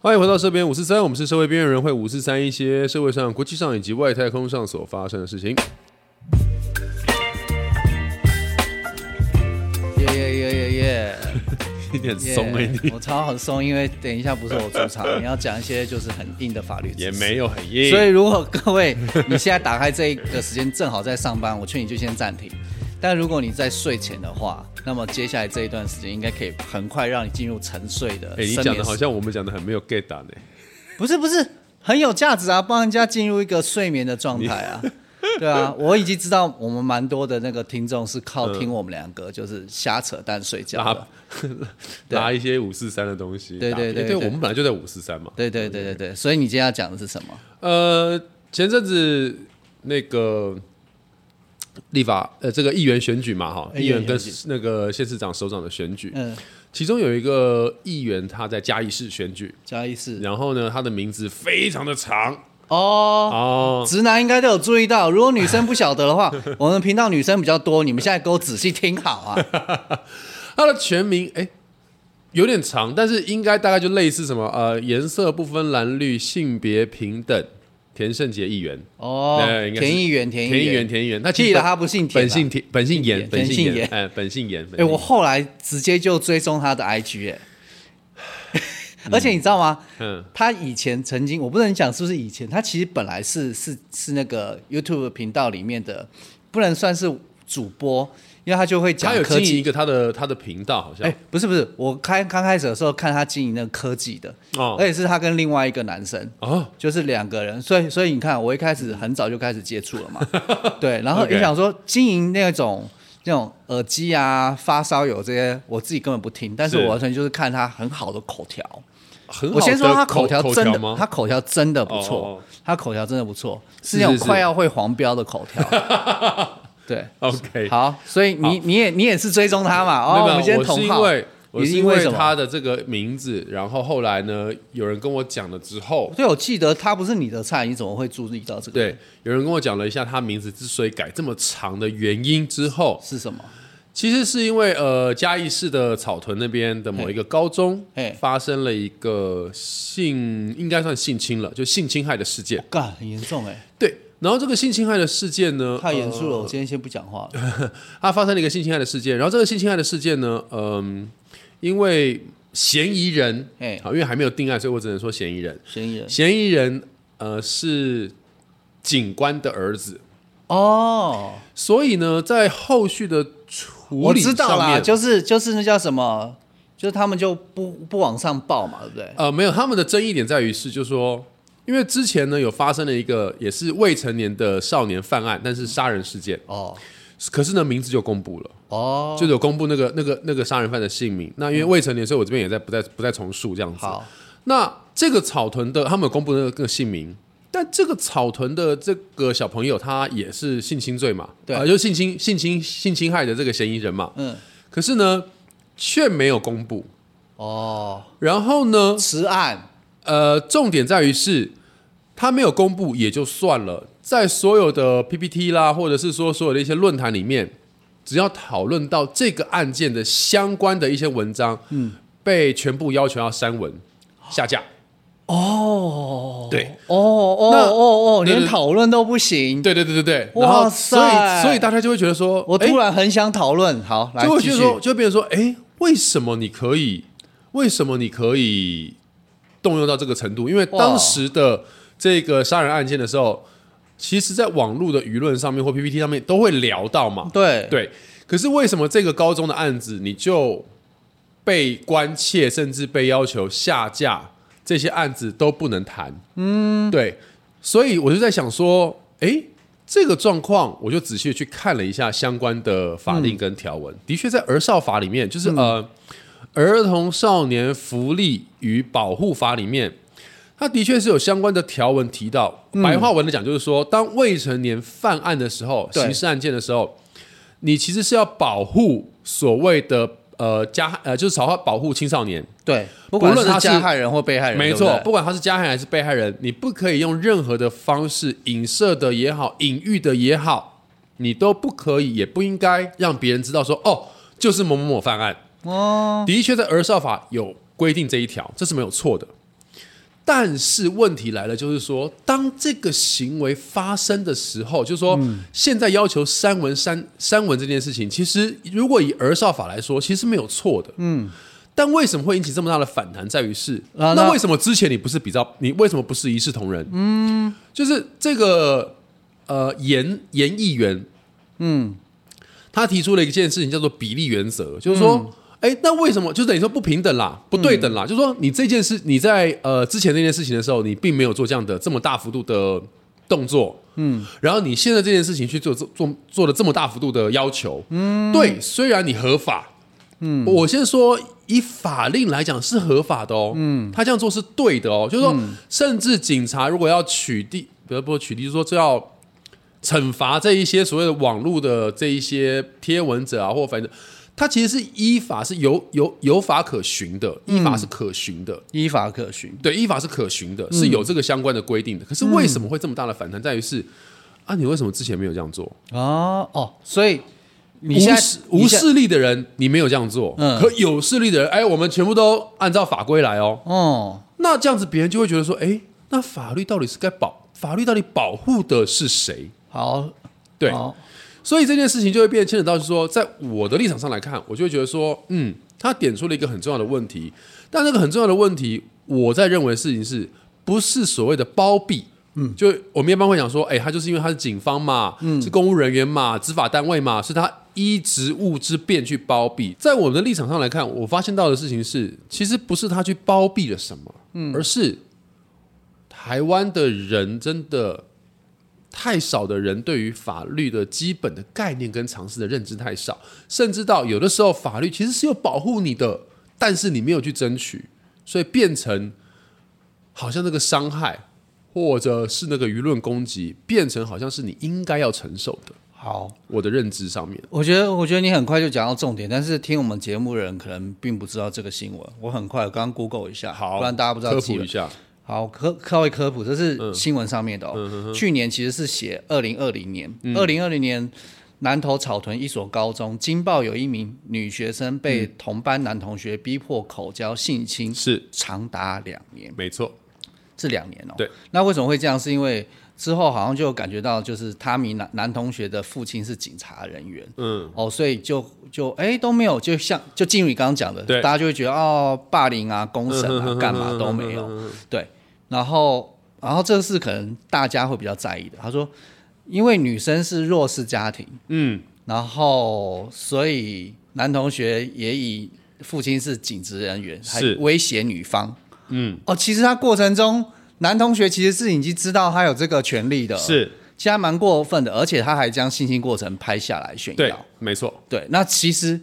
欢迎回到这边五四三，我们是社会边缘人会五四三一些社会上、国际上以及外太空上所发生的事情。耶耶耶耶耶！ 一点耶松了一点，我超很松，因为等一下不是我主场，你要讲一些就是很硬的法律知识也。没有很硬。所以如果各位你现在打开这一个时间正好在上班，我劝你就先暂停。但如果你在睡前的话，那么接下来这一段时间应该可以很快让你进入沉睡的哎、你深讲眠的时。好像我们讲的很没有 get 呢、不是不是很有价值啊，帮人家进入一个睡眠的状态 啊。对啊，我已经知道我们蛮多的那个听众是靠嗯听我们两个就是瞎扯淡睡觉的。拉 拉一些五四三的东西。对对对打对对，我们本来就在五四三嘛。对对对对对，所以你今天要讲的是什么？呃，前阵子那个立法呃，这个议员选举嘛，哈，哎议员议员跟选举那个县市长、首长的选举，嗯，其中有一个议员他在嘉义市选举，嘉义市然后呢，他的名字非常的长哦，哦，直男应该都有注意到。如果女生不晓得的话， 我们频道女生比较多，你们现在给我仔细听好 啊。他的全名哎。有点长，但是应该大概就类似什么呃，颜色不分蓝绿，性别平等，田胜杰议员，哦对应，该是田议员，田田议议员员，，田议员，他其记实得本他不姓田啊，本姓田，本姓严，田本姓姓严，严哎，本姓严。本哎、姓我严后来直接就追踪他的 IG 哎、而且你知道吗？嗯他以前曾经，我不能讲是不是以前，他其实本来是是是那个 YouTube 频道里面的，不能算是主播，因为他就会讲他有科经营技。一个他的他的频道，好像。哎、不是不是，我开刚开始的时候看他经营那个科技的，哦而且是他跟另外一个男生，哦，就是两个人，所以所以你看，我一开始很早就开始接触 了嘛，对，然后也 OK 想说经营那种那种耳机啊、发烧友这些，我自己根本不听，但是是我完全就是看他很好的口条。很好我先说的他口条真的，吗？他口条真的不哦哦错哦，他口条真的不错，是是那种是快要会黄标的口 条。对， OK，好，所以你你也你也是追踪他嘛？没有哦，没有们先我是同因号。为我你是是因因为为什么他的这个名字，然后后来呢，有人跟我讲了之后，对，我记得他不是你的菜，你怎么会注意到这个？，对，有人跟我讲了一下他名字之所以改这么长的原因之后，是什么？其实是因为呃嘉义市的草屯那边的某一个高中嘿发生了一个性应该算性侵了，就性侵害的事件。干，很严重哎、对，然后这个性侵害的事件呢，太严肃了，呃我今天先不讲话 了。它发生了一个性侵害的事件，然后这个性侵害的事件呢，嗯、因为嫌疑人，哎，好，因为还没有定案，所以我只能说嫌疑人。嫌疑人嫌疑人呃是警官的儿子，哦，所以呢，在后续的处我理知道上啦，面，呃就是就是那叫什么，就是他们就不不往上报嘛，对不对？呃，没有他们的争议点在于是，就是说。因为之前呢有发生了一个也是未成年的少年犯案，但是杀人事件，哦可是呢名字就公布了。哦，嗯就是有公布那个那个那个杀人犯的姓名。那因为未成年，所以我这边也在不再不再重述这样子。好，那这个草屯的他们有公布那个那个姓名，但这个草屯的这个小朋友他也是性侵罪嘛，对呃就是性侵性侵性侵害的这个嫌疑人嘛。嗯，可是呢，却没有公布。哦，然后呢，迟案呃，重点在于是他没有公布也就算了，在所有的 PPT 啦，或者是说所有的一些论坛里面，只要讨论到这个案件的相关的一些文章，嗯，被全部要求要删文下架。哦，对，哦哦那哦哦，对对连讨论都不行。对对对对对。然后，哇所塞以所以大家就会觉得说，我诶突然很想讨论，好，来就会哎继觉续得说，就会变成说，哎，为什么你可以？为什么你可以动用到这个程度？因为当时的这个杀人案件的时候，其实在网络的舆论上面或 PPT 上面都会聊到嘛。对对，可是为什么这个高中的案子你就被关切，甚至被要求下架，这些案子都不能谈？嗯，对，所以我就在想说，哎诶，这个状况，我就仔细地去看了一下相关的法令跟条文，的确在儿少法里面，就是、呃。儿童少年福利与保护法里面，它的确是有相关的条文提到。白话文的讲，就是说，当未成年犯案的时候，对刑事案件的时候，你其实是要保护所谓的呃加呃，就是少话保护青少年。对，不管不论他是是加害人或被害人，没对不错，对不管他是加害人还是被害人，你不可以用任何的方式影射的也好，隐喻的也好，你都不可以，也不应该让别人知道说哦，就是某某某犯案。哦，的确，在儿少法有规定这一条，这是没有错的。但是问题来了，就是说，当这个行为发生的时候，就是说，现在要求删文删删文这件事情，其实如果以儿少法来说，其实没有错的。嗯。但为什么会引起这么大的反弹，在于是、啊那那为什么之前你不是比较，你为什么不是一视同仁？嗯，就是这个呃，严严议员他提出了一件事情叫做比例原则，就是说，哎、那为什么就等于说不平等啦，不对等啦？就是说，你这件事，你在呃之前那件事情的时候，你并没有做这样的这么大幅度的动作，嗯，然后你现在这件事情去做做做做了这么大幅度的要求，嗯，对，虽然你合法，嗯，我先说。以法令来讲是合法的哦，嗯，他这样做是对的哦，就是说，甚至警察如果要取缔，不要不取缔，就是说这要惩罚这一些所谓的网络的这一些贴文者啊，或反正他其实是依法是有有有法可循的，依法是可循的，依法可循。对，依法是可循的，是有这个相关的规定的。可是为什么会这么大的反弹，在于是啊，你为什么之前没有这样做？啊哦哦，所以你无现在势无，你现势力的人，你没有这样做，嗯可有势力的人，哎，我们全部都按照法规来哦。哦，那这样子，别人就会觉得说，哎，那法律到底是该保，法律到底保护的是谁？好，对，好所以这件事情就会变牵扯到，就是说，在我的立场上来看，我就会觉得说，嗯，他点出了一个很重要的问题，但这个很重要的问题，我在认为的事情是不是所谓的包庇？嗯，就我们一般会讲说，哎、他就是因为他是警方嘛，是公务人员嘛，执法单位嘛，是他依职务之便去包庇。在我们的立场上来看，我发现到的事情是，其实不是他去包庇了什么，嗯，而是台湾的人真的太少的人对于法律的基本的概念跟常识的认知太少，甚至到有的时候法律其实是有保护你的，但是你没有去争取，所以变成好像那个伤害，或者是那个舆论攻击，变成好像是你应该要承受的。好，我的认知上面，我觉得，我觉得你很快就讲到重点，但是听我们节目的人可能并不知道这个新闻。我很快，我刚刚 Google 一下，好，不然大家不知道科基普本一。下，好，科稍微科普，这是新闻上面的哦。嗯去年其实是写二零二零年，二零二零年南投草屯一所高中惊爆有一名女学生被同班男同学逼迫口交性侵，嗯是长达两年，嗯没错，这两年哦。对，那为什么会这样？是因为之后好像就有感觉到，就是他名男男同学的父亲是警察人员，嗯，哦，所以就就哎都没有，就像就进入你刚刚讲的，对大家就会觉得哦，霸凌啊、公审嗯哼啊、哼嗯干嘛都没有，对。然后，然后这是可能大家会比较在意的。他说，因为女生是弱势家庭，嗯，然后所以男同学也以父亲是警职人员，还是威胁女方，嗯，哦，其实他过程中男同学其实是已经知道他有这个权利的，，是其实还蛮过分的，而且他还将性侵过程拍下来炫对耀。，没错对，那其实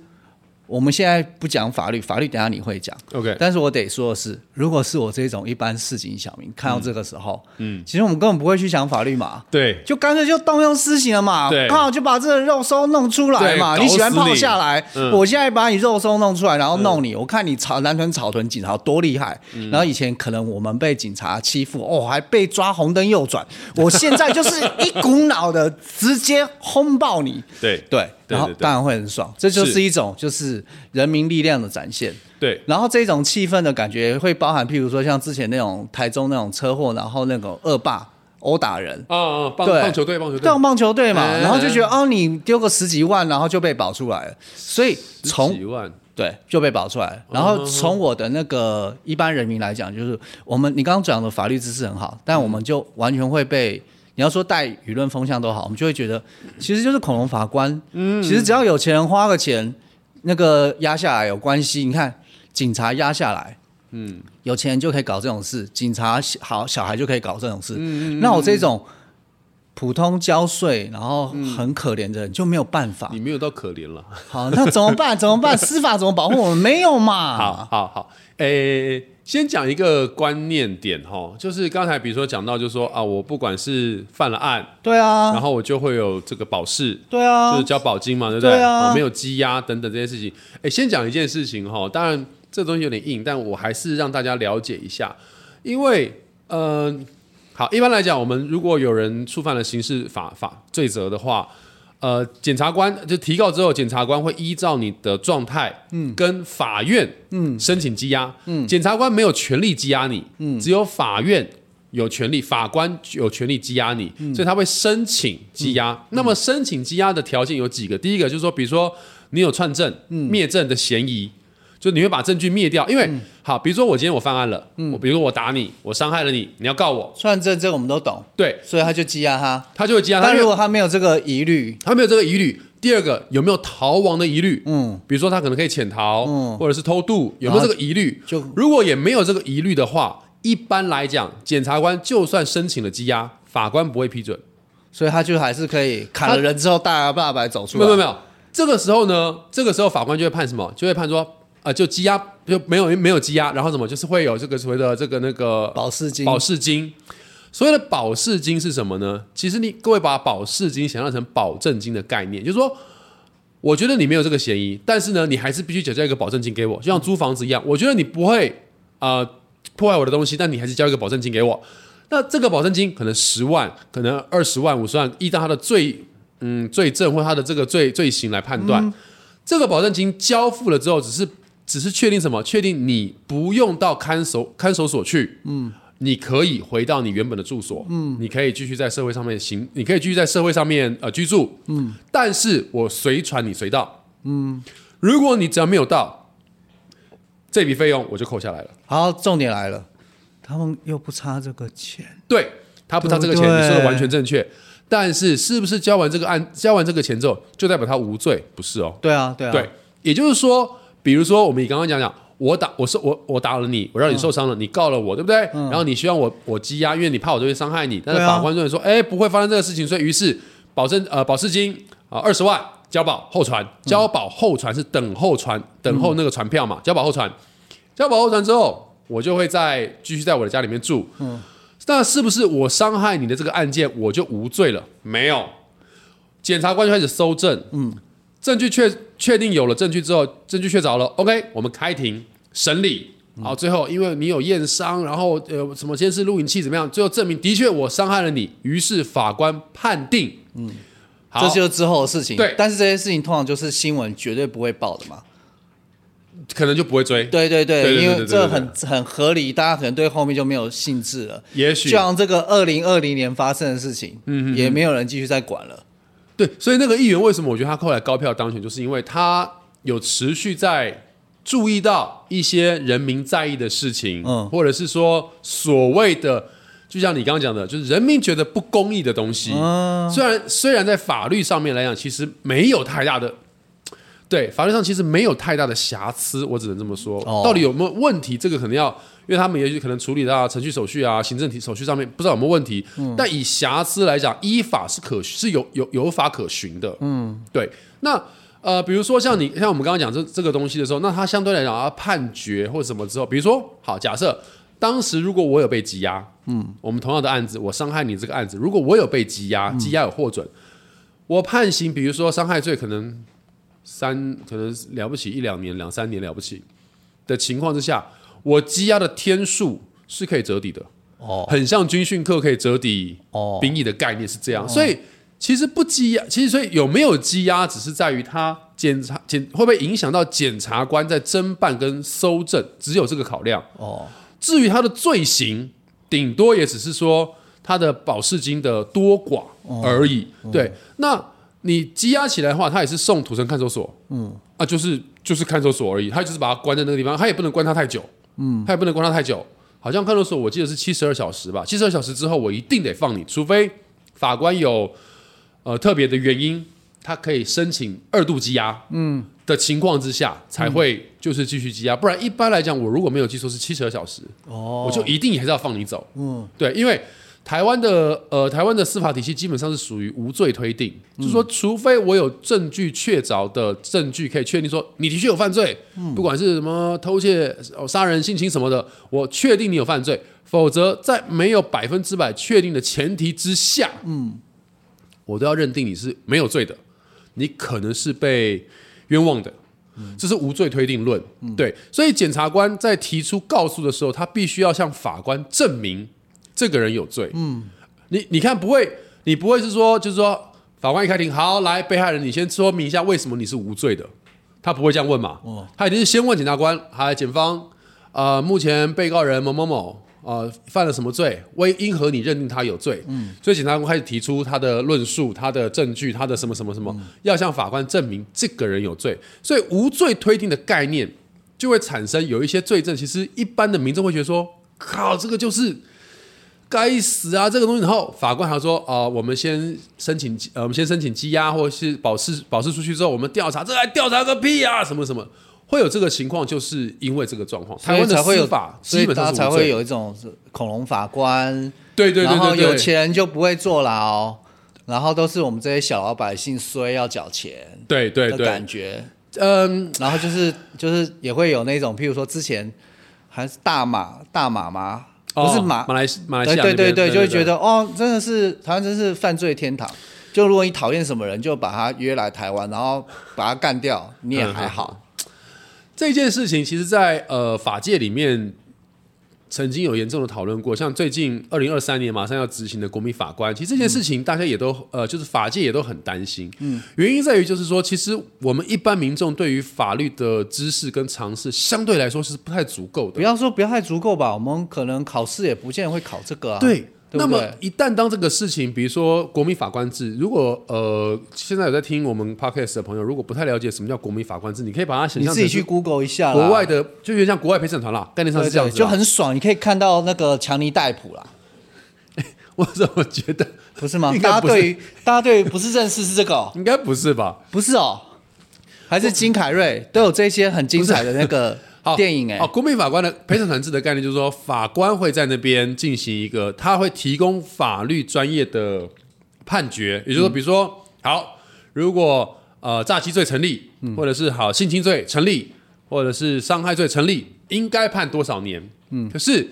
我们现在不讲法律，法律等一下你会讲。 ，OK，但是我得说的是，如果是我这种一般市井小民看到这个时候，嗯，其实我们根本不会去想法律嘛，对，就干脆就动用私刑了嘛，对靠，就把这个肉搜弄出来嘛，对你喜欢搞死泡你下来，嗯我现在把你肉搜弄出来，然后弄你，我看你草南屯草屯警察多厉害，嗯然后以前可能我们被警察欺负，哦，还被抓红灯右转，我现在就是一股脑的直接轰爆你，对对， 对然后对对当然会很爽，这就是是一种就是人民力量的展现。对，然后这种气氛的感觉会包含，譬如说像之前那种台中那种车祸，然后那种恶霸殴打人，啊啊，棒对棒球队，棒球队对，，棒球队嘛，嗯然后就觉得哦，你丢个十几万，然后就被保出来了，所以十从几万，对就被保出来了。然后从我的那个一般人民来讲，就是我们你刚刚讲的法律知识很好，但我们就完全会被。你要说带舆论风向都好，我们就会觉得其实就是恐龙法官。嗯，其实只要有钱人花个钱，那个压下来有关系。你看警察压下来，嗯，有钱人就可以搞这种事，警察好小孩就可以搞这种事。嗯嗯那我这种普通交税然后很可怜的人就没有办法。你没有到可怜了。好，那怎么办？怎么 办？司法怎么保护我们？没有嘛？好，好好，诶、先讲一个观念点哈，就是刚才比如说讲到，就是说啊，我不管是犯了案，对啊然，后我就会有这个保释，对就啊是，交保金嘛，对不对？对啊哦没有羁押等等这些事情。诶，先讲一件事情哈，当然这东西有点硬，但我还是让大家了解一下，因为嗯、呃好，一般来讲，我们如果有人触犯了刑事法法罪责的话，呃，检察官就提告之后，检察官会依照你的状态，嗯，跟法院，嗯，申请羁押，嗯，检察官没有权利羁押你，嗯，只有法院有权利，法官有权利羁押你，所以他会申请羁押。那么申请羁押的条件有几个？第一个就是说，比如说你有串证、灭证的嫌疑，就你会把证据灭掉，因为、好，比如说我今天我犯案了，我比如说我打你，我伤害了你，你要告我，串证这个我们都懂，对所以他就羁押他。他就会羁押他。但因为如果他没有这个疑虑，他没有这个疑虑。第二个有没有逃亡的疑虑？嗯，比如说他可能可以潜逃，或者是偷渡，有没有这个疑虑？啊就如果也没有这个疑虑的话，一般来讲，检察官就算申请了羁押，法官不会批准。所以他就还是可以砍了人之后大摇大摆走出没来。有没有没有，这个时候呢，这个时候法官就会判什么？就会判说，呃，就羁押就没有没有羁押，然后什么就是会有这个所谓的这个那个保释金，保释金。所谓的保释金是什么呢？其实你各位把保释金想象成保证金的概念，就是说，我觉得你没有这个嫌疑，但是呢，你还是必须缴交一个保证金给我，就像租房子一样，我觉得你不会呃破坏我的东西，但你还是交一个保证金给我。那这个保证金可能十万，可能二十万、五十万，依照他的罪嗯罪证或他的这个罪罪行来判断。这个保证金交付了之后，只是只是确定什么？确定你不用到看守看守所去，嗯，你可以回到你原本的住所，嗯，你可以继续在社会上面行，你可以继续在社会上面呃居住，嗯，但是我随传你随到，嗯，如果你只要没有到，这笔费用我就扣下来了。好，重点来了，他们又不差这个钱，对他不差这个钱，对不对你说的完全正确。但是是不是交完这个案交完这个钱之后，就代表他无罪？不是哦，对啊，对啊，对，也就是说，比如说我们刚刚讲讲，我打我受我我打了你，我让你受伤了，你告了我，对不对？然后你希望我我羁押，因为你怕我就会伤害你。但是嗯对啊法官认为说，哎、不会发生这个事情，所以于是保证呃保释金啊二十万交保候传，交保候传是等候嗯传，等候那个传票嘛，交保候传，交保候传之后，我就会在继续在我的家里面住。嗯，那是不是我伤害你的这个案件我就无罪了？没有，检察官就开始搜证，嗯，证据确确定有了证据之后，证据确凿了，OK，我们开庭审理。嗯好，最后因为你有验伤，然后呃什么监视录影器怎么样，最后证明的确我伤害了你，于是法官判定，嗯，好，这就是之后的事情。对但是这些事情通常就是新闻绝对不会报的嘛。可能就不会追，对对对，对对对因为对对这对很很合理，大家可能对后面就没有兴致了。也就许像这个二零二零年发生的事情，嗯，也没有人继续再管了。对，所以那个议员为什么我觉得他后来高票当选，就是因为他有持续在注意到一些人民在意的事情，嗯或者是说所谓的。就像你刚刚讲的，就是人民觉得不公义的东西，虽然虽然在法律上面来讲，其实没有太大的，对法律上其实没有太大的瑕疵，我只能这么说。哦到底有没有问题，这个可能要，因为他们也许可能处理到程序手续啊、行政体手续上面不知道有没有问题。但以瑕疵来讲，依法是可是有有有法可循的。嗯，对。那呃，比如说像你像我们刚刚讲这这个东西的时候，那他相对来讲，他判决或者什么之后，比如说好，假设当时如果我有被羁押，嗯，我们同样的案子，我伤害你这个案子，如果我有被羁押，羁押有获准，我判刑，比如说伤害罪可能三，可能了不起一两年、两三年了不起的情况之下，我羁押的天数是可以折抵的，哦很像军训课可以折抵哦，兵役的概念是这样，所以其实不羁押，其实所以有没有羁押，只是在于他检察检会不会影响到检察官在侦办跟搜证，只有这个考量。哦，至于他的罪行，顶多也只是说他的保释金的多寡哦而已。对，那你羁押起来的话，他也是送土城看守所，嗯，啊，就是就是看守所而已，他就是把他关在那个地方，他也不能关他太久，嗯，他也不能关他太久。好像看守所我记得是七十二小时吧，七十二小时之后我一定得放你，除非法官有呃特别的原因，他可以申请二度羁押，嗯的情况之下才会就是继续羁押，不然一般来讲，我如果没有记错是七十二小时，哦，我就一定还是要放你走。嗯，对，因为台湾的呃，台湾的司法体系基本上是属于无罪推定，就是说，除非我有证据确凿的证据可以确定说你的确有犯罪，不管是什么偷窃、哦杀人、性侵什么的，我确定你有犯罪，否则在没有百分之百确定的前提之下，嗯，我都要认定你是没有罪的，你可能是被冤枉的。这是无罪推定论。对，所以检察官在提出告诉的时候，他必须要向法官证明这个人有罪。嗯，你你看不会，你不会是说就是说。法官一开庭，好，来，被害人你先说明一下为什么你是无罪的，他不会这样问嘛？他一定是先问检察官，还检方，呃，目前被告人某某某。呃，犯了什么罪？为因何你认定他有罪？嗯，所以检察官开始提出他的论述、他的证据、他的什么什么什么，要向法官证明这个人有罪。所以无罪推定的概念就会产生有一些罪证，其实一般的民众会觉得说，靠，这个就是该死啊！这个东西，然后法官还说，呃，我们先申请，呃，我们先申请羁押，或者是保释，保释出去之后，我们调查，这还调查个屁啊！什么什么，会有这个情况，就是因为这个状况，台所以湾的才会司有法所以基本大家上是才无罪会有一种恐龙法官，对对对然后对对，有钱就不会坐牢，然后都是我们这些小老百姓衰要缴钱对对的对感，觉，嗯，然后就是就是也会有那种，譬如说之前还是大马大马吗？不是哦马，马来西马来西对亚对那边，对对，就会觉对得哦，真的是台湾真是犯罪天堂。就如果你讨厌什么人，就把他约来台湾，然后把他干掉，你也嗯还好。这件事情，其实在，呃法界里面曾经有严重的讨论过。像最近二零二三年马上要执行的国民法官，其实这件事情大家也都、嗯呃，就是法界也都很担心。嗯，原因在于就是说，其实我们一般民众对于法律的知识跟常识，相对来说是不太足够的不。要说不要太足够吧，我们可能考试也不见得会考这个啊。对，对那不么对？一旦当这个事情，比如说国民法官制，如果呃现在有在听我们 podcast 的朋友，如果不太了解什么叫国民法官制，你可以把它想你象自己成去是 Google 一下啦，国外的，就有点像国外陪审团啦，概念上对是这样对，子啦。啊就很爽。你可以看到那个强尼戴普啦， 我怎么觉得 不是吗应？该大家不是对于大家对于不是认识是这个、哦，应该不是吧？不是哦，还是金凯瑞都有这些很精彩的那个好，电影哎、哦，国民法官的陪审团制的概念就是说，法官会在那边进行一个，他会提供法律专业的判决，也就是嗯说，比如说，好，如果呃诈欺罪成立，嗯或者是好性侵罪成立，或者是伤害罪成立，应该判多少年？嗯，可是。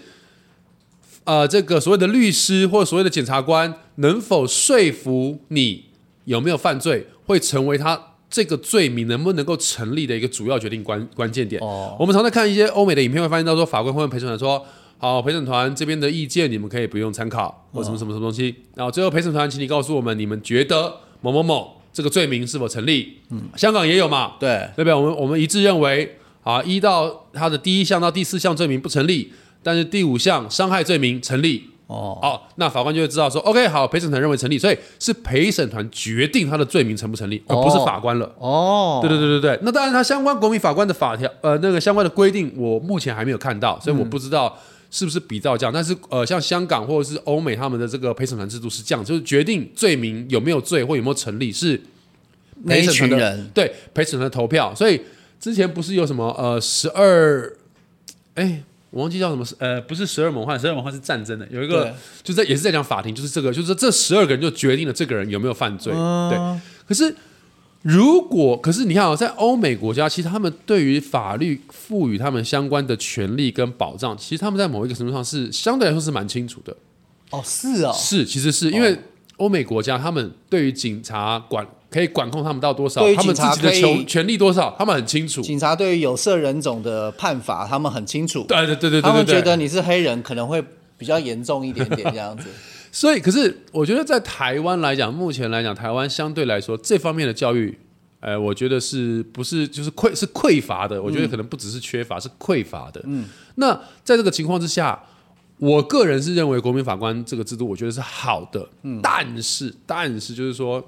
呃，这个所谓的律师或所谓的检察官能否说服你有没有犯罪，会成为他这个罪名能不能够成立的一个主要决定关关键点。哦我们常在看一些欧美的影片，会发现到说，法官会问陪审团说：“好，陪审团这边的意见你们可以不用参考，或什么什么什么东西。”然后最后陪审团，请你告诉我们，你们觉得某某某这个罪名是否成立？嗯，香港也有嘛？对，对不对？我们我们一致认为啊，一到它的第一项到第四项罪名不成立，但是第五项伤害罪名成立。哦，哦，那法官就会知道说，OK，好，陪审团认为成立，所以是陪审团决定他的罪名成不成立，而、哦不是法官了。哦，对对对对对，那当然，他相关国民法官的法条，呃，那个相关的规定，我目前还没有看到，所以我不知道是不是比照这样。但是，呃，像香港或者是欧美他们的这个陪审团制度是这样，就是决定罪名有没有罪或有没有成立是那陪一审群团的人对陪审团的投票。所以之前不是有什么呃十二，哎，我忘记叫什么，呃，不是十二猛汉，十二猛汉是战争的，有一对个就在也是在讲法庭，就是这个，就是这十二个人就决定了这个人有没有犯罪。啊对，可是。如果可是你看啊、在欧美国家，其实他们对于法律赋予他们相关的权利跟保障，其实他们在某一个程度上是相对来说是蛮清楚的。哦是哦，是，其实是因为欧美国家他们对于警察管可以管控他们到多少对于，他们警自察己的可以权权利多少，他们很清楚。警察对于有色人种的判罚，他们很清楚，对对对对对对对，他们觉得你是黑人可能会比较严重一点点 这样子。所以，可是我觉得在台湾来讲，目前来讲，台湾相对来说这方面的教育，呃，我觉得是不是就是匮是匮乏的？我觉得可能不只是缺乏，是匮乏的。嗯，那在这个情况之下，我个人是认为国民法官这个制度，我觉得是好的。嗯，但是但是就是说，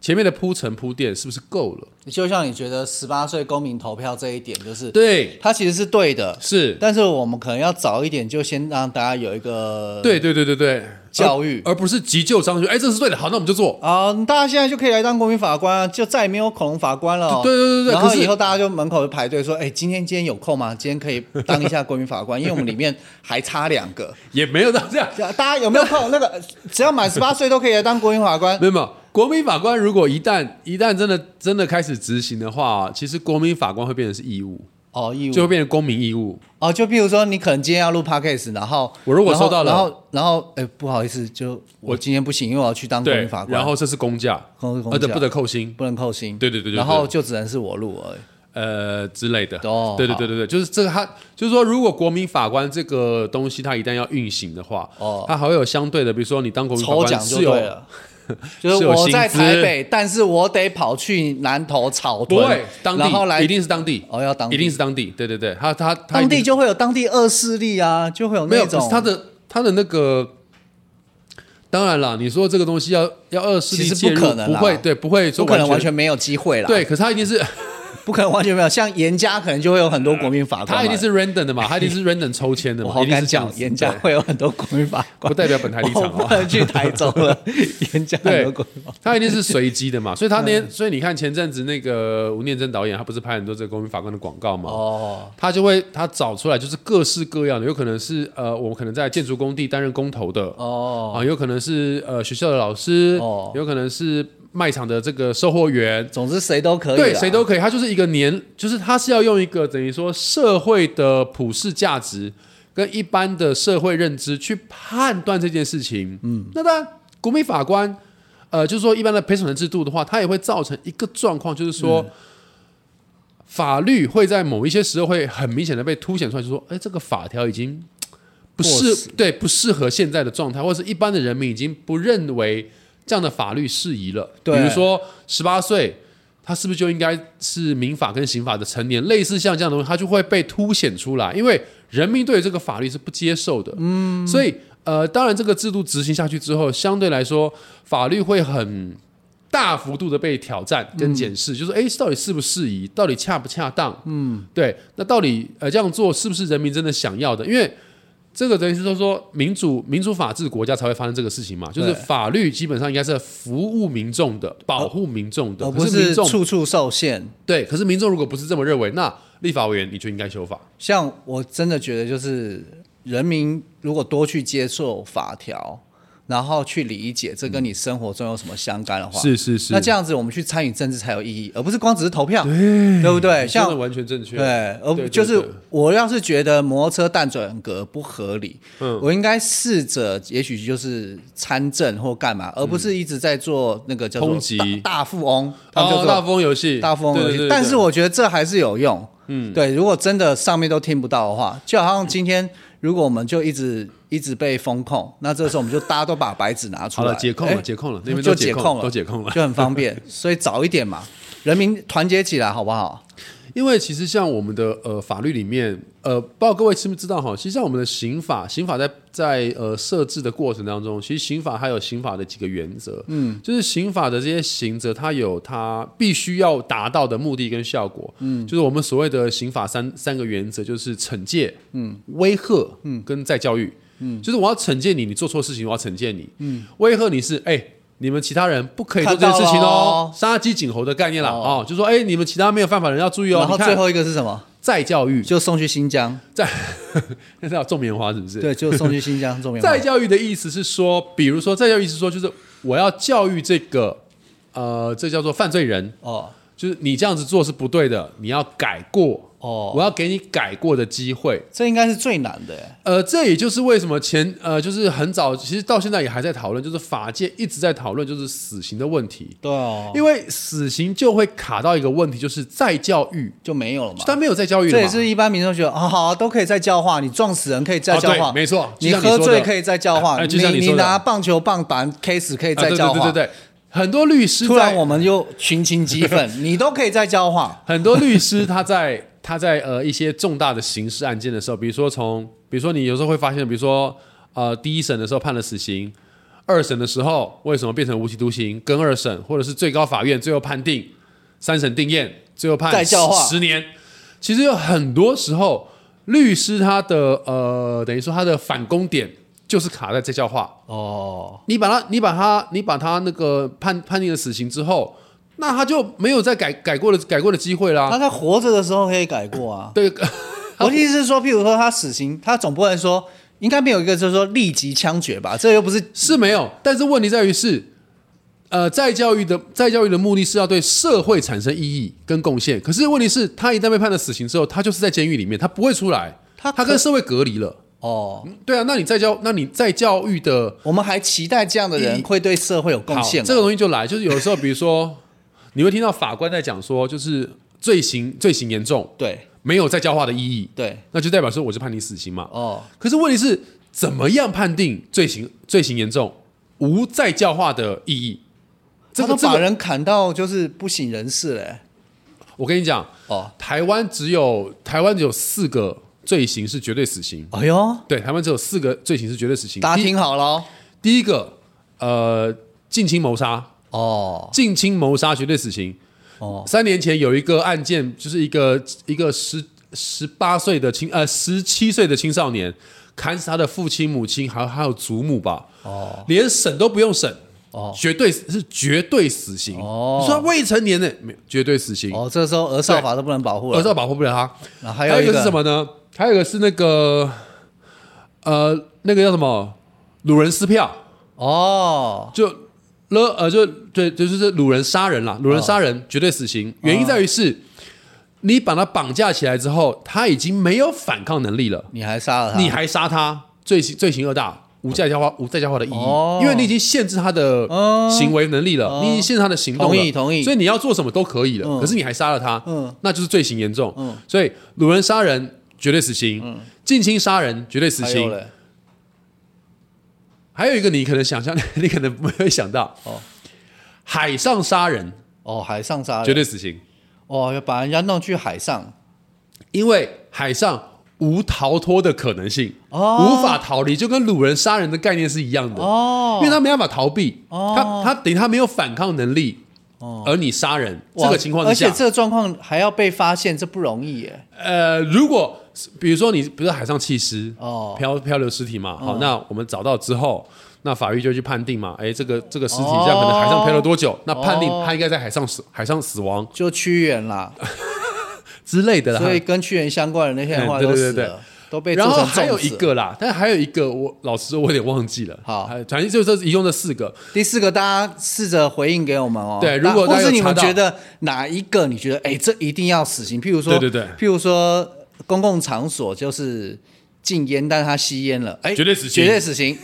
前面的铺陈铺垫是不是够了？就像你觉得十八岁公民投票这一点，就是对，它其实是对的，是，但是我们可能要早一点就先让大家有一个对对对对对，教育而而不是急救章，就哎，这是对的，好，那我们就做。啊、大家现在就可以来当国民法官啊，就再也没有恐龙法官了哦、对对对对然后可是以后大家就门口就排队说，哎，今天今天有空吗？今天可以当一下国民法官，因为我们里面还差两个。 也没有到这样，大家有没有空？那个只要满十八岁都可以来当国民法 官。没有没有，国民法官如果一旦一旦真的真的开始执行的话，其实国民法官会变成是义务，哦，义务就会变成公民义务。哦，就譬如说，你可能今天要录 podcast，然后我如果然后收到了然后然后，哎，不好意思，就我今天不行，因为我要去当国民对法，官，然后这是公价，公公而且价不得扣薪，不能扣薪，对对对对对然后就只能是我录而已。呃之类的。哦对对好对对对，就是这个他就是说，如果国民法官这个东西它一旦要运行的话，哦它还会有相对的，比如说你当国民法抽官奖就是 对有了，就是是有我薪在资台北，但是我得跑去南投草不屯会，，当地然后来一定是当地，哦要当地一定是当地，对对对，他他他当一定地就会有当地恶势力啊，就会有没有那可种是他的他的那个。当然啦，你说这个东西要要二势力其实不介入，可能啦会，对，不会说不可能完全没有机会啦。对，，可是他一定是不可能完全没有。像严家可能就会有很多国民法官嘛，他一定是 random 的嘛，他一定是 random 抽签的 我嘛，好一定敢是这样讲子，严家会有很多国民法对官不。代表本台立场 我不哦。能去台中 了，严家很对多国嗯民法官。，他一定是随机的嘛，所以他那所以你看前阵子那个吴念真导演，他不是拍很多这个公民法官的广告嘛？哦，他就会他找出来就是各式各样的，有可能是呃，我可能在建筑工地担任工头的哦，啊，有可能是呃学校的老师哦，有可能是卖场的这个售货员，总之谁都可以啦，啊对，谁都可以。他就是一个年，就是他是要用一个等于说社会的普世价值跟一般的社会认知去判断这件事情。嗯，那当然，国民法官，呃，就是说一般的陪审团制度的话，它也会造成一个状况，就是嗯说。法律会在某一些时候会很明显的被凸显出来，就说，哎，这个法条已经不过适时对不适合现在的状态，或者是一般的人民已经不认为这样的法律适宜了。对比如说十八岁，他是不是就应该是民法跟刑法的成年？类似像这样的东西，它就会被凸显出来，因为人民对这个法律是不接受的。嗯，所以呃，当然这个制度执行下去之后，相对来说法律会很。大幅度的被挑战嗯跟检视，就是哎，到底适不适宜，到底恰不恰当？嗯，对，那到底呃这样做是不是人民真的想要的？因为这个等于是说说民主民主法治国家才会发生这个事情嘛，就是对法律基本上应该是服务民众的、保护民众的，而可哦不是民是众处处受限。对，可是民众如果不是这么认为，那立法委员你就应该修法。像我真的觉得，就是人民如果多去接受法条，然后去理解这跟你生活中有什么相干的话，是那这样子我们去参与政治才有意义，而不是光只是投票，对不对？像像的完全正确。对，而对就是对我要是觉得摩托车蛋转格不合理，嗯我应该试着也许就是参政或干嘛，而不是一直在做那个叫做抨击大大富翁，他们叫哦，做大风游戏，大富翁游戏，对对对对但是我觉得这还是有用。嗯，对，如果真的上面都听不到的话，就好像今天如果我们就一直一直被风控，那这时候我们就大家都把白纸拿出好来，了，啊解控哎了，解控了，那边就都解控控了，都解控了。就很方便。所以早一点嘛，人民团结起来好不好？因为其实像我们的呃法律里面，呃，不知道各位知不知道哈，其实像我们的刑法，刑法在在呃设置的过程当中，其实刑法它有刑法的几个原则，嗯，就是刑法的这些刑责，它有它必须要达到的目的跟效果，嗯，就是我们所谓的刑法三三个原则，就是惩戒，嗯，威吓，嗯，跟再教育，嗯，就是我要惩戒你，你做错事情，我要惩戒你，嗯，威吓你是哎。你们其他人不可以做这件事情看到哦咯，杀鸡儆猴的概念啦，哦，就说哎，你们其他没有犯法的人要注意哦。然后你看最后一个是什么？再教育，就送去新疆，再 那是要种棉花是不是？。对，就送去新疆，重要。再教育的意思是说，比如说再教育意思是说，就是我要教育这个呃，这叫做犯罪人，哦就是你这样子做是不对的，你要改过。哦，我要给你改过的机会。这应该是最难的耶。呃，这也就是为什么前呃，就是很早，其实到现在也还在讨论，就是法界一直在讨论就是死刑的问题，对哦，因为死刑就会卡到一个问题，就是再教育，就没有了嘛。他没有再教育了这也嘛是一般民众觉得啊，好啊都可以再教化，你撞死人可以再教化，哦对没错就你像你说喝的醉可以再教化，哎就像你你说的拿棒球棒打 case 可以再啊对教化，对对对对，很多律师突然在我们又群情激愤，你都可以再教 化，很多律师他在 他在呃一些重大的刑事案件的时候，比如说从，比如说你有时候会发现，比如说呃第一审的时候判了死刑，二审的时候为什么变成无期徒刑？跟二审或者是最高法院最后判定，三审定谳，最后判再教化十年。其实有很多时候，律师他的呃等于说他的反攻点就是卡在在教化。哦，你把他，你把他，你把他那个判判定了死刑之后，那他就没有再改改过的改过的机会啦。他在活着的时候可以改过啊。对， 我的意思是说，譬如说他死刑，他总不能说应该没有一个就是说立即枪决吧，这又不是是没有，但是问题在于是，呃，再教育的再教育的目的是要对社会产生意义跟贡献。可是问题是，他一旦被判了死刑之后，他就是在监狱里面，他不会出来，他他可跟社会隔离了。哦。对啊，那你再教，那你再教育的我们还期待这样的人会对社会有贡好献啊，这个东西就来，就是有时候，比如说，你会听到法官在讲说，就是罪行罪行严重，对没有再教化的意义，对那就代表说我就判你死刑嘛。哦，可是问题是，怎么样判定罪行罪行严重？无再教化的意义。这他个都这把个，人砍到就是不省人事嘞、我跟你讲，哦，台湾只有台湾只有四个罪行是绝对死刑。哎呦，对，台湾只有四个罪行是绝对死刑。大家第听好了哦第一个，呃，近亲谋杀，哦，近亲谋杀绝对死刑。哦，三年前有一个案件，就是一个一个十十八岁的青呃十七岁的青少年，砍死他的父亲、母亲，还有还有祖母吧。哦，连审都不用审。哦绝对是绝对死刑。哦你说他未成年呢，没有绝对死刑，哦，这时候儿少法都不能保护了，儿少保护不了他。然后还还有一一个是什？么呢？还有一个是那个，呃，那个叫什么掳人撕票，哦，就勒呃就对，就是这掳人杀人啦，掳人哦杀人、绝对死刑。原因在于是，你把他绑架起来之后，他已经没有反抗能力了，你还杀了他，你还杀他，罪行罪行恶大。无再教化，无再教化的意义，哦因为你已经限制他的行为能力了，你已经限制他的行动了，同意同意所以你要做什么都可以了，嗯可是你还杀了他，嗯那就是罪行严重。嗯所以掳人杀人绝对死刑，近亲杀人绝对死还有刑，嘞，还有一个你可能想象， 你可能不会想到，哦海上杀人哦，海上杀人，绝对死刑，哦，要把人家弄去海上，因为海上无逃脱的可能性，哦无法逃离，就跟掳人杀人的概念是一样的，哦因为他没办法逃避，哦他他等于他没有反抗能力，而你杀人哇这个情况之而下，且这个状况还要被发现，这不容易耶。呃，如果比如说你比如说海上弃尸哦嗯漂漂流尸体嘛，好，那我们找到之后，那法律就去判定嘛，哎，这个这个尸体哦这样可能海上漂流多久？那判定哦他应该在海上死海上死亡就屈原 啦，之类的啦。所以跟屈原相关的那些人后嗯来对都对死对了，都被然做后成还有粽一子。个啦，但还有一个我老实说，我有点忘记了。好还有反正就这一共这四个，第四个，大家试着回应给我们哦。对那如果大或家是有你们查到觉得哪一个你觉得哎，这一定要死刑？譬如说，对对对譬如说公共场所就是禁烟，但是他吸烟了，哎，绝对死刑哦绝对死刑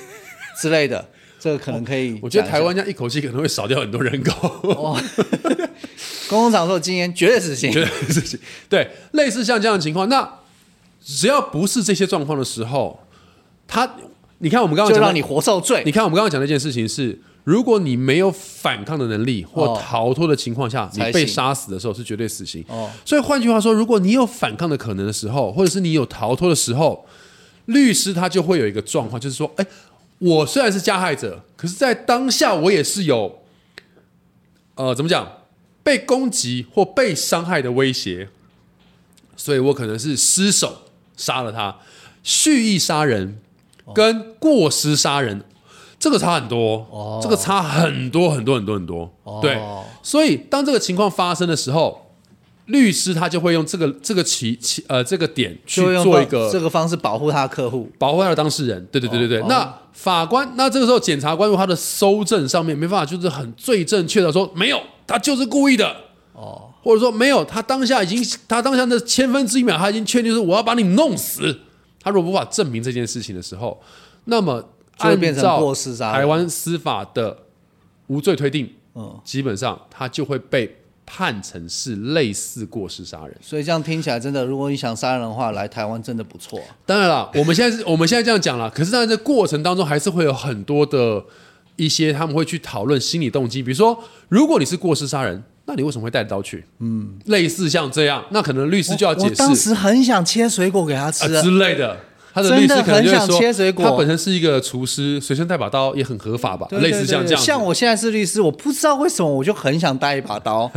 之类的，这个可能可以。我觉得台湾这样一口气可能会少掉很多人口。 哦，公共场所禁烟绝对死刑觉得自己对类似像这样的情况，那只要不是这些状况的时候，他你看我们刚刚就讲到让你活受罪你。看，我们刚刚讲的一件事情是，如果你没有反抗的能力或哦逃脱的情况下，你才被行杀死的时候是绝对死刑。哦所以换句话说，如果你有反抗的可能的时候，或者是你有逃脱的时候，律师他就会有一个状况，就是说，哎，我虽然是加害者，可是在当下我也是有，呃，怎么讲，被攻击或被伤害的威胁，所以我可能是失手杀了他，蓄意杀人跟过失杀人。这个差很多，哦这个差很多很多很多很多。哦对，所以当这个情况发生的时候，律师他就会用这个这个起起呃这个点去就用做一到个这个方式保护他的客户。保护他的当事人。对对对对对。哦那法官，那这个时候检察官如果他的搜证上面没办法，就是很最正确的说没有，他就是故意的。哦，或者说没有，他当下已经，他当下的千分之一秒，他已经确定是我要把你弄死。他如果无法证明这件事情的时候，那么就会按变成照过失啊杀人台湾司法的无罪推定，嗯，基本上他就会被判成是类似过失杀人。所以这样听起来真的，如果你想杀人的话，来台湾真的不错。当然 了，我们现在是我们现在这样讲了，可是在这过程当中，还是会有很多的一些他们会去讨论心理动机，比如说，如果你是过失杀人，那你为什么会带着刀去？嗯，类似像这样，那可能律师就要解我释当时很想切水果给他啊吃，之类的。他的律师真的可能就很想会说，切水果他本身是一个厨师，随身带把刀也很合法吧？对对类似像对这样子，像我现在是律师，我不知道为什么我就很想带一把刀。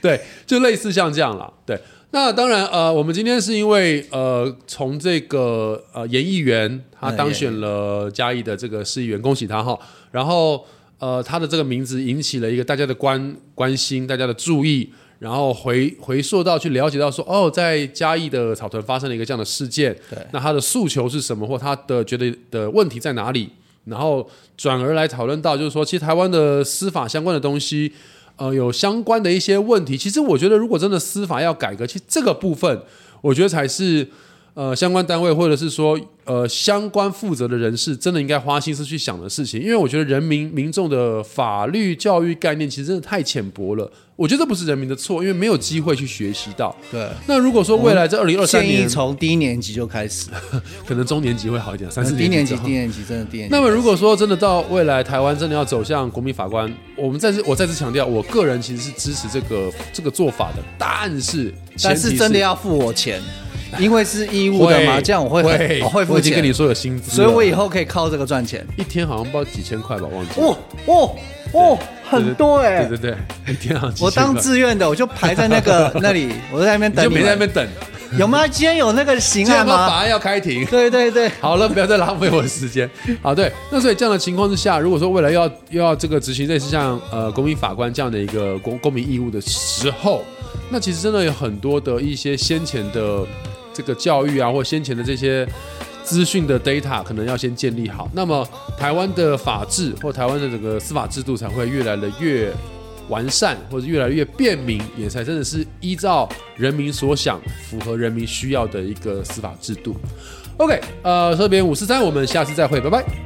对，就类似像这样啦。对，那当然，呃，我们今天是因为呃，从这个呃，哎严议员他嗯当选了嘉义的这个市议员，恭喜他哈。然后呃，他的这个名字引起了一个大家的关关心，大家的注意。然后回回溯到去了解到说，哦，在嘉义的草屯发生了一个这样的事件，对那他的诉求是什么，或他的觉得的问题在哪里？然后转而来讨论到，就是说，其实台湾的司法相关的东西，呃，有相关的一些问题。其实我觉得，如果真的司法要改革，其实这个部分，我觉得才是呃相关单位或者是说呃相关负责的人士，真的应该花心思去想的事情，因为我觉得人民民众的法律教育概念其实真的太浅薄了。我觉得这不是人民的错，因为没有机会去学习到。对，那如果说未来这二零二三建议年，从低年级就开始，可能中年级会好一点，三四呃低年级之后低年级真的低年级。那么，如果说真的到未来台湾真的要走向国民法官，我们再次我再次强调，我个人其实是支持这个这个做法的，但是前但提是是真的要付我钱，因为是义务会的嘛，这样我会会很我会我付已经钱跟你，说有薪资了，所以我以后可以靠这个赚钱。一天好像不知道几千块吧，忘记了哦哦哦，很多哎、对对对，一天好像几千块我当志愿的，我就排在那个那里，我就在那边你等就你们。没在那边等，有吗？今天有那个刑这样案吗？法吗？案要开庭。对对对， 好了，不要再浪费我的时间。好，对，那所以这样的情况之下，如果说未来要又要这个执行类似像呃公民法官这样的一个公公民义务的时候，那其实真的有很多的一些先前的这个教育啊，或先前的这些资讯的 data 可能要先建立好，那么台湾的法治或台湾的整个司法制度才会越来的越完善，或者越来越便民，也才真的是依照人民所想、符合人民需要的一个司法制度。OK，呃，这边五四三，我们下次再会，拜拜。